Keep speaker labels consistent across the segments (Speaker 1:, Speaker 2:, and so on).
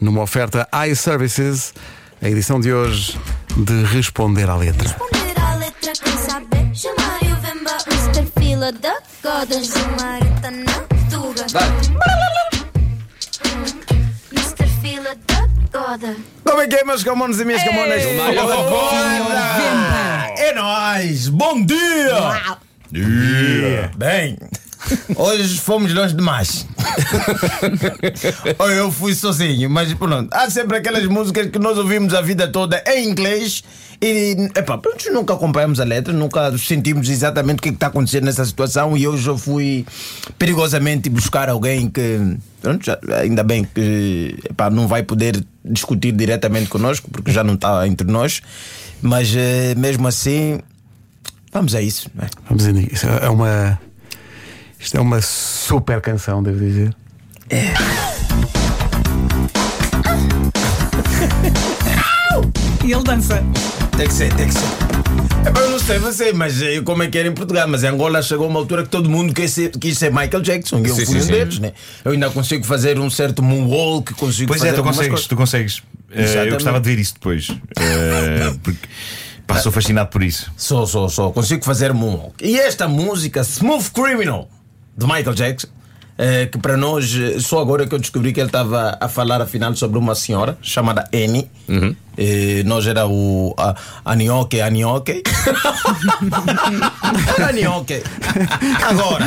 Speaker 1: Numa oferta iServices, a edição de hoje de Responder à Letra.
Speaker 2: Responder à letra quem sabe Chamar o Vemba, Mr. Fila da Goda Zumarita na Tuga Mr. Fila da Goda
Speaker 3: Como é que é, meus camões e minhas camonas? É nóis! Bom dia! dia. Bem, hoje fomos longe demais. Ou eu fui sozinho, mas pronto. Há sempre aquelas músicas que nós ouvimos a vida toda em inglês e, epá, pronto, nunca acompanhamos a letra, nunca sentimos exatamente o que está acontecendo nessa situação e hoje eu fui perigosamente buscar alguém que, pronto, já- ainda bem que epá, não vai poder discutir diretamente connosco porque já não está entre nós, mas eh, mesmo assim, vamos a isso, né?
Speaker 1: Vamos em isto é uma. Isto é uma super canção, devo dizer.
Speaker 4: E ele dança.
Speaker 3: Tem que ser, tem que ser. É, pá, Eu não sei você, mas eh, como é que era em Portugal, mas em Angola chegou uma altura que todo mundo quis ser, quis ser Michael Jackson. E eu
Speaker 5: Sim,
Speaker 3: fui
Speaker 5: sim,
Speaker 3: um
Speaker 5: sim.
Speaker 3: deles, né? Eu ainda consigo fazer um certo moonwalk, consigo
Speaker 5: Pois
Speaker 3: fazer
Speaker 5: é, tu
Speaker 3: algumas
Speaker 5: consegues,
Speaker 3: coisas.
Speaker 5: tu consegues. Eh,
Speaker 3: Exatamente.
Speaker 5: eu gostava de ver isso depois. Eh, porque pá, sou fascinado por isso.
Speaker 3: Sou, sou, sou. Consigo fazer moonwalk. E esta música, Smooth Criminal, de Michael Jackson, eh, que para nós, eh, só agora que eu descobri que ele estava a falar afinal sobre uma senhora chamada Annie.
Speaker 5: Uhum.
Speaker 3: Eh, nós era o a- Anioque, Anioque. era Anioque. Agora,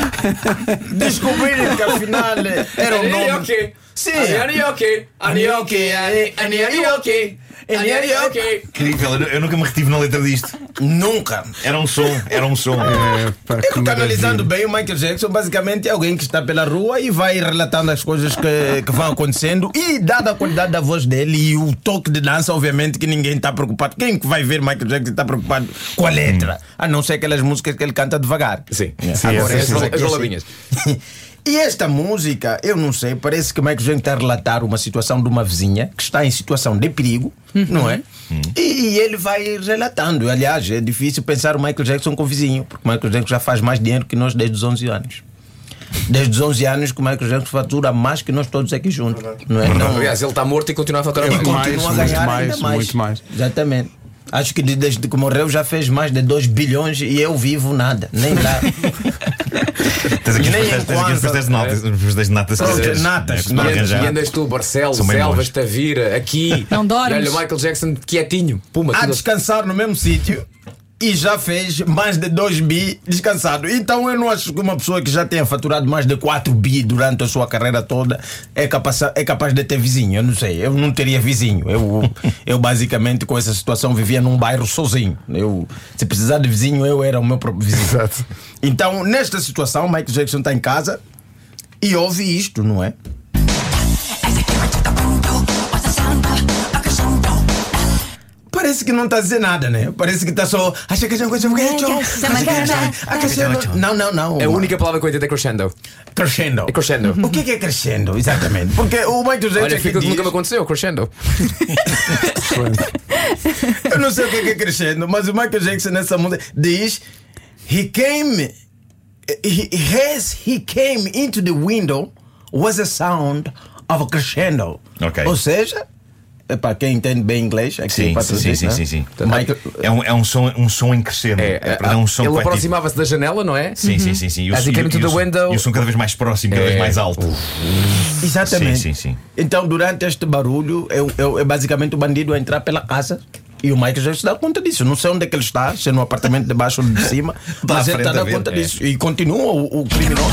Speaker 3: descobrirem que afinal eh, era o nome.
Speaker 6: Anioque.
Speaker 3: Sim.
Speaker 6: Anioque, Anioque, Ani- Anioque, Anioque.
Speaker 5: Incrível, eu, nu- eu nunca me retive na letra disto.
Speaker 3: Nunca.
Speaker 5: Era um som, era um som.
Speaker 1: É, pá,
Speaker 3: Eu
Speaker 1: que
Speaker 3: estou analisando
Speaker 1: maravilha.
Speaker 3: bem o Michael Jackson, basicamente é alguém que está pela rua e vai relatando as coisas que, que vão acontecendo. E dada a qualidade da voz dele e o toque de dança, obviamente que ninguém está preocupado. Quem que vai ver Michael Jackson está preocupado com a letra? A não ser aquelas músicas que ele canta devagar. É.
Speaker 6: Sim.
Speaker 1: Hum. Sim,
Speaker 3: Agora,
Speaker 1: sim,
Speaker 3: essas
Speaker 1: sim.
Speaker 3: aqui,
Speaker 6: As
Speaker 3: assim.
Speaker 6: roladinhas.
Speaker 3: E esta música, eu não sei, parece que Michael Jackson está a relatar uma situação de uma vizinha que está em situação de perigo, não é? E, e ele vai relatando. Aliás, é difícil pensar o Michael Jackson com vizinho, porque o Michael Jackson já faz mais dinheiro que nós desde os 11 anos. Desde os 11 anos que o Michael Jackson fatura mais que nós todos aqui juntos, não é? Não,
Speaker 6: Aliás, ele está morto e continua a faturar
Speaker 3: e
Speaker 6: bem.
Speaker 1: mais,
Speaker 3: continua
Speaker 1: muito
Speaker 3: a ganhar ainda
Speaker 1: mais,
Speaker 3: mais.
Speaker 1: muito mais.
Speaker 3: Exatamente. Acho que de- desde que morreu já fez mais de 2 bilhões e eu vivo nada, nem lá.
Speaker 5: Tens aqui os
Speaker 3: Nem
Speaker 5: pastéis-
Speaker 3: em
Speaker 5: tens aqui os
Speaker 3: Kwanzaa.
Speaker 5: pastéis de nata. Os pastéis de nata, se
Speaker 3: Pronto,
Speaker 5: quiseres.
Speaker 3: natas,
Speaker 5: É, se não
Speaker 6: E andas-
Speaker 3: natas,
Speaker 5: arranjar.
Speaker 6: E andas tu, Barcelos,
Speaker 5: São bem
Speaker 6: Elvas,
Speaker 5: bons.
Speaker 6: Tavira, aqui.
Speaker 4: Não dormes.
Speaker 6: E Olha, o Michael Jackson quietinho. Puma,
Speaker 3: a
Speaker 6: tudo-
Speaker 3: descansar no mesmo sítio e já fez mais de 2 bi descansado. Então eu não acho que uma pessoa que já tenha faturado mais de 4 bi durante a sua carreira toda é capaz, é capaz de ter vizinho. Eu não sei, eu não teria vizinho. Eu, eu basicamente com essa situação vivia num bairro sozinho. Eu, se precisar de vizinho, eu era o meu próprio vizinho.
Speaker 1: Exato.
Speaker 3: Então, nesta situação, Michael Jackson está em casa e ouve isto, não é? Parece que não está a dizer nada, né? Parece que está só. Acha que é coisa é Não, não, não.
Speaker 6: É a única palavra que eu entendo é crescendo.
Speaker 3: Crescendo.
Speaker 6: É crescendo.
Speaker 3: O que é que é crescendo, exatamente? Porque o Michael Jackson. é
Speaker 6: Olha,
Speaker 3: que
Speaker 6: fica que nunca me
Speaker 3: diz-
Speaker 6: aconteceu, crescendo.
Speaker 3: Eu não sei o que é que é crescendo, mas o Michael Jackson nessa música diz: He came, he, as he came into the window was a sound of a crescendo.
Speaker 5: Ok.
Speaker 3: Ou seja, para quem entende bem inglês, aqui
Speaker 5: Sim,
Speaker 3: para
Speaker 5: sim, sim,
Speaker 3: traduzir,
Speaker 5: sim,
Speaker 3: né?
Speaker 5: sim, sim.
Speaker 3: Michael,
Speaker 5: É um, é um som, um som em crescendo.
Speaker 6: É, é,
Speaker 5: perdão, um som
Speaker 6: ele
Speaker 5: poético.
Speaker 6: aproximava-se da janela, não é?
Speaker 5: Sim,
Speaker 3: Uhum.
Speaker 5: sim, sim, sim. E o,
Speaker 6: As he
Speaker 5: e o-
Speaker 6: came
Speaker 5: e
Speaker 6: to
Speaker 5: o-
Speaker 6: the window-
Speaker 5: e o som cada vez mais próximo, cada vez
Speaker 6: É.
Speaker 5: mais alto.
Speaker 3: Exatamente.
Speaker 5: Sim, sim, sim.
Speaker 3: Então, durante este barulho, é, o- é o- é basicamente o bandido a entrar pela casa. E o Michael Jackson dá conta disso. Não sei onde é que ele está, se é no apartamento de baixo ou de cima,
Speaker 5: à
Speaker 3: mas ele
Speaker 5: frente
Speaker 3: está
Speaker 5: a
Speaker 3: dando
Speaker 5: ver,
Speaker 3: conta
Speaker 5: é.
Speaker 3: disso. E continua o, o criminoso.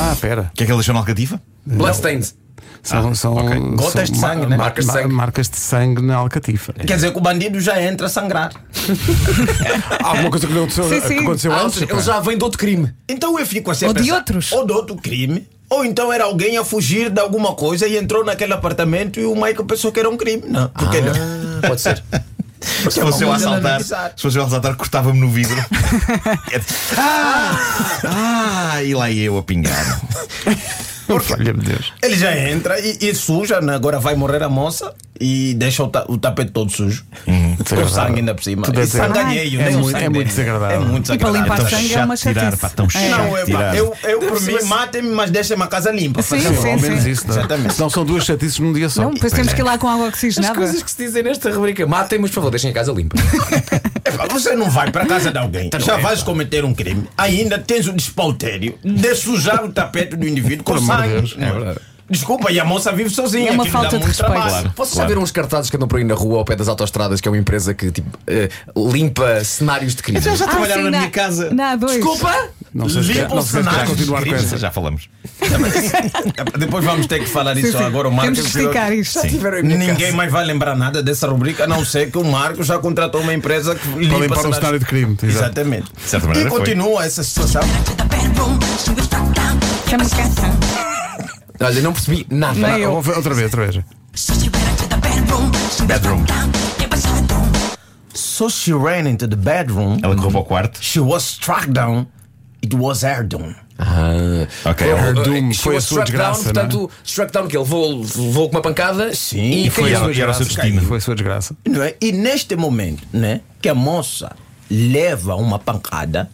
Speaker 1: Ah, pera.
Speaker 5: O que é que ele deixou na Alcatifa?
Speaker 6: Bloodstains.
Speaker 1: São, são,
Speaker 5: ok.
Speaker 1: são
Speaker 3: Gotas de sangue, né?
Speaker 1: marcas,
Speaker 6: Marcas
Speaker 1: ma-
Speaker 6: de sangue.
Speaker 1: marcas de sangue na Alcatifa.
Speaker 3: Quer dizer que o bandido já entra a sangrar.
Speaker 1: Há alguma coisa que não aconteceu,
Speaker 4: Sim, sim.
Speaker 1: que aconteceu
Speaker 6: Ah,
Speaker 1: antes?
Speaker 6: Ele já vem de outro crime.
Speaker 3: Então eu fico assim a
Speaker 4: Ou de
Speaker 3: pensar,
Speaker 4: outros.
Speaker 3: Ou de outro crime. Ou então era alguém a fugir de alguma coisa e entrou naquele apartamento e o Michael pensou que era um crime. Não, porque não.
Speaker 6: Ah, Pode ser.
Speaker 5: Se fosse eu a assaltar, se fosse eu a assaltar, cortava-me no vidro. É- ah, ah, e lá ia eu a pingar.
Speaker 1: Olha-me Deus.
Speaker 3: Ele já entra e, e suja, né? agora vai morrer a moça. e deixa o, ta- o tapete todo sujo. Com
Speaker 1: Hum, desagradável.
Speaker 3: sangue ainda por cima.
Speaker 1: Tudo
Speaker 3: E
Speaker 1: é
Speaker 3: sangue
Speaker 1: desagradável.
Speaker 3: alheio,
Speaker 1: É
Speaker 3: nem o
Speaker 1: muito-
Speaker 3: sangue
Speaker 1: é muito
Speaker 3: dele.
Speaker 1: desagradável.
Speaker 3: É muito
Speaker 4: E para
Speaker 3: desagradável.
Speaker 4: limpar
Speaker 5: tão
Speaker 4: sangue é
Speaker 5: chato
Speaker 4: uma
Speaker 5: tirar,
Speaker 4: chatice.
Speaker 5: pá, tão
Speaker 4: É.
Speaker 5: chato.
Speaker 3: Não, é, pá,
Speaker 5: Tirar.
Speaker 3: eu, eu por
Speaker 6: Deve
Speaker 3: mim,
Speaker 6: ser-
Speaker 3: matem-me, mas deixem-me a casa limpa.
Speaker 4: Sim,
Speaker 3: faz favor.
Speaker 1: Ao
Speaker 4: sim, sim.
Speaker 1: menos isso, não é?
Speaker 3: Exatamente.
Speaker 1: Não são duas chatices num dia só.
Speaker 4: Não, Então, depois temos que ir lá com água
Speaker 6: As
Speaker 4: oxigenada.
Speaker 6: coisas que se dizem nesta rubrica. Matem-me, por favor, deixem a casa limpa.
Speaker 3: Epá, Você não vai para casa de alguém,
Speaker 1: Tá
Speaker 3: já
Speaker 6: é,
Speaker 3: vais cometer um crime, ainda tens o despautério de sujar o tapete do indivíduo com
Speaker 1: Por amor de Deus.
Speaker 3: sangue.
Speaker 1: É
Speaker 6: verdade.
Speaker 3: Desculpa, e a moça vive sozinha.
Speaker 4: É uma
Speaker 3: aquilo
Speaker 4: falta
Speaker 3: dá
Speaker 4: de
Speaker 3: muito
Speaker 4: respeito.
Speaker 3: trabalho.
Speaker 6: Vocês já viram uns cartazes que andam por aí na rua ao pé das autostradas, que é uma empresa que tipo, eh, limpa cenários de crime?
Speaker 5: já
Speaker 3: é
Speaker 4: Ah,
Speaker 5: trabalharam
Speaker 4: sim,
Speaker 5: na
Speaker 4: na-
Speaker 5: minha casa.
Speaker 4: Na A2.
Speaker 6: Desculpa!
Speaker 1: Não sei se
Speaker 3: Limpa
Speaker 1: quer- não
Speaker 3: o
Speaker 1: sei se queres
Speaker 3: cenário.
Speaker 1: continuar com
Speaker 5: Queridos,
Speaker 1: essa.
Speaker 5: Já falamos.
Speaker 3: Depois vamos ter que falar
Speaker 4: Sim,
Speaker 3: isso
Speaker 4: sim.
Speaker 3: agora. O Marcos
Speaker 4: Temos que explicar isto.
Speaker 5: Sim.
Speaker 6: Tiveram em minha
Speaker 3: Ninguém
Speaker 6: casa.
Speaker 3: mais vai lembrar nada dessa rubrica, a não ser que o Marcos já contratou uma empresa que limpa
Speaker 1: limpar o
Speaker 3: cenários.
Speaker 1: cenário um de crime, exato.
Speaker 3: Exatamente.
Speaker 5: certa
Speaker 3: E
Speaker 5: maneira foi.
Speaker 3: continua essa situação.
Speaker 6: Olha, não percebi nada.
Speaker 4: Não, eu-
Speaker 1: Ouve- Outra vez, outra vez.
Speaker 5: Bedroom.
Speaker 3: So she ran into the bedroom.
Speaker 5: Ela correu para o quarto.
Speaker 3: She was struck down. It was her doom.
Speaker 6: Ah,
Speaker 5: Ok.
Speaker 6: Foi-
Speaker 5: Her
Speaker 1: doom
Speaker 6: she
Speaker 1: foi a
Speaker 6: was
Speaker 1: sua
Speaker 6: struck
Speaker 1: desgraça,
Speaker 6: Down,
Speaker 1: não é?
Speaker 6: portanto, struck down que ele levou, levou com uma pancada
Speaker 3: Sim,
Speaker 6: e,
Speaker 3: e
Speaker 5: foi
Speaker 6: caiu.
Speaker 5: ela. E era o seu destino.
Speaker 1: Foi a sua desgraça.
Speaker 3: Não é? E neste momento, né, que a moça leva uma pancada,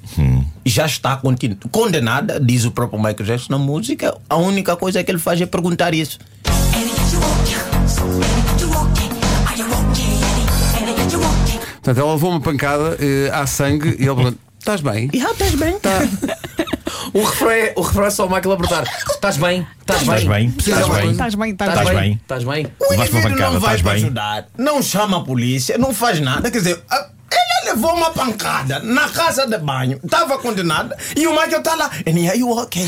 Speaker 3: já está contin- condenada, diz o próprio Michael Jackson na música, a única coisa que ele faz é perguntar isso.
Speaker 1: Portanto, ela levou uma pancada, eh, há sangue e ele pergunta: estás bem? Tá.
Speaker 3: E ah, estás bem?
Speaker 6: O refrão é, o refrão é só o Michael a perguntar: Estás bem? Estás bem?
Speaker 5: Estás bem?
Speaker 6: Precisas
Speaker 5: Estás
Speaker 6: de alguma
Speaker 5: bem?
Speaker 6: coisa?
Speaker 4: Estás bem, estás
Speaker 6: Estás
Speaker 4: bem.
Speaker 5: bem?
Speaker 6: bem? Estás bem?
Speaker 3: O
Speaker 5: Levaste uma
Speaker 3: indivíduo
Speaker 5: pancada,
Speaker 3: não vai
Speaker 5: estás
Speaker 3: te
Speaker 5: bem?
Speaker 3: ajudar, não chama a polícia, não faz nada, quer dizer, a- ela levou uma pancada na casa de banho, estava condenada, e o Michael está lá, and are you okay?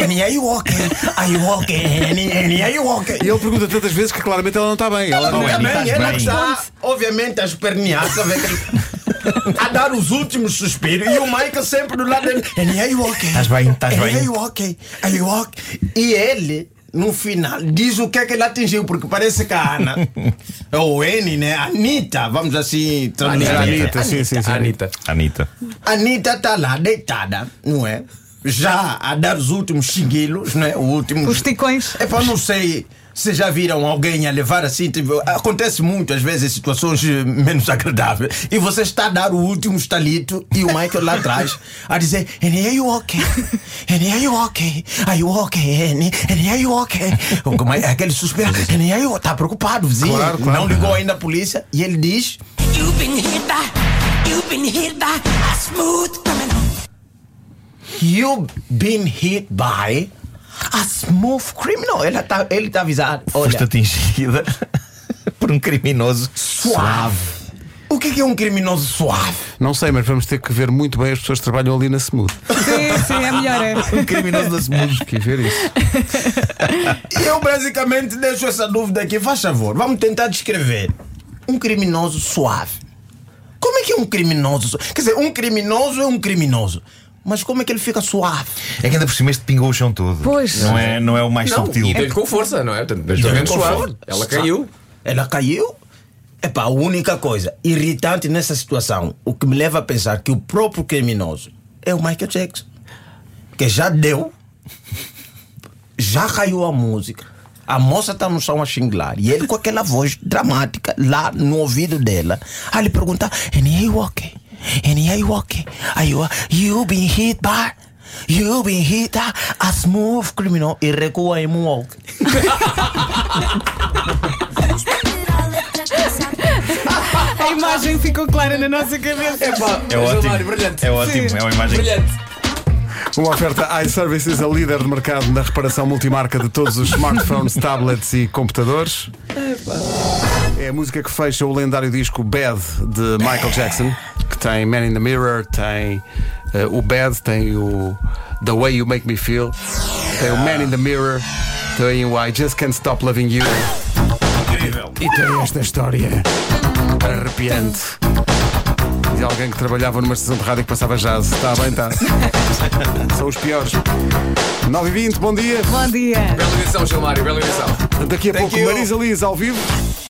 Speaker 3: And are you okay? Are you okay? And are you okay?
Speaker 1: E ele pergunta tantas vezes que claramente ela não está bem.
Speaker 3: Tá
Speaker 1: Ela
Speaker 5: não
Speaker 1: não
Speaker 5: é.
Speaker 1: é.
Speaker 5: Annie,
Speaker 3: Também
Speaker 5: estás
Speaker 3: ela
Speaker 5: bem?
Speaker 3: está, obviamente, a espernear, sabe, aquele- a dar os últimos suspiros. E o Michael sempre do lado dele. And are you okay?
Speaker 5: Estás bem, estás
Speaker 3: And
Speaker 5: bem.
Speaker 3: Are you okay? Are you okay? E ele, no final, diz o que é que ele atingiu, porque parece que a Ana, ou N, né? A Anitta, vamos assim traduzir a Anitta.
Speaker 1: Anitta, sim, sim, sim.
Speaker 6: Anitta.
Speaker 5: Anitta.
Speaker 3: Anitta está tá lá, deitada, não é? Já a dar os últimos xinguilos, né? O último.
Speaker 4: Os ticões.
Speaker 3: É para não sei se já viram alguém a levar assim. tipo, acontece muito, às vezes, em situações eh, menos agradáveis. E você está a dar o último estalito e o Michael lá atrás a dizer: Annie, are you okay? Annie, are you okay? Are you okay? Annie, Annie, are you okay? Como é- Aquele suspiro: Annie, are you Está preocupado, vizinho.
Speaker 1: Claro, claro.
Speaker 3: Não ligou ainda a polícia. E ele diz:
Speaker 7: You've been hit by, you've been hit by a smooth criminal.
Speaker 3: You've been hit by a smooth criminal. Ele está ele tá avisado.
Speaker 5: Foste
Speaker 3: Olha,
Speaker 5: atingida por um criminoso
Speaker 3: suave. O que que é um criminoso suave?
Speaker 1: Não sei, mas vamos ter que ver muito bem as pessoas que trabalham ali na Smooth.
Speaker 4: Sim, sim, é melhor. É.
Speaker 5: Um criminoso da Smooth.
Speaker 1: Temos que ver isso.
Speaker 3: E eu basicamente deixo essa dúvida aqui. Faz favor, vamos tentar descrever. Um criminoso suave. Como é que é um criminoso suave? Quer dizer, um criminoso é um criminoso. Mas como é que ele fica suave?
Speaker 5: É que ainda por cima este pingou o chão todo.
Speaker 4: Pois.
Speaker 5: Não é, não é o mais
Speaker 6: Não,
Speaker 5: subtil.
Speaker 6: e deu-lhe com força, não é? Portanto, Deixou menos
Speaker 3: Com
Speaker 6: suave.
Speaker 3: força.
Speaker 6: Ela caiu.
Speaker 3: Ela caiu. Epá, a única coisa irritante nessa situação, o que me leva a pensar que o próprio criminoso é o Michael Jackson. Que já deu, já caiu a música, a moça está no chão a xingar e ele com aquela voz dramática lá no ouvido dela, a lhe perguntar: And are you okay? And are you okay? Are you, you been hit by. You been hit by a smooth criminal e recua em um walk.
Speaker 4: A imagem ficou clara na nossa cabeça.
Speaker 5: É ótimo.
Speaker 6: Brilhante.
Speaker 5: É ótimo. É uma imagem.
Speaker 6: Brilhante.
Speaker 1: Uma oferta iServices, a líder de mercado na reparação multimarca de todos os smartphones, tablets e computadores. É a música que fecha o lendário disco Bad de Michael Jackson, que tem Man in the Mirror, tem eh, o Bad, tem o The Way You Make Me Feel, tem o Man in the Mirror, tem o I Just Can't Stop Loving You. E tem esta história arrepiante. De alguém que trabalhava numa estação de rádio que passava jazz. Está bem, tá. está. São os piores. 9 e 20, bom dia.
Speaker 4: Bom dia.
Speaker 6: Bela edição, Gilmário, bela edição.
Speaker 1: Daqui a pouco,
Speaker 3: you.
Speaker 1: Marisa Liz ao vivo.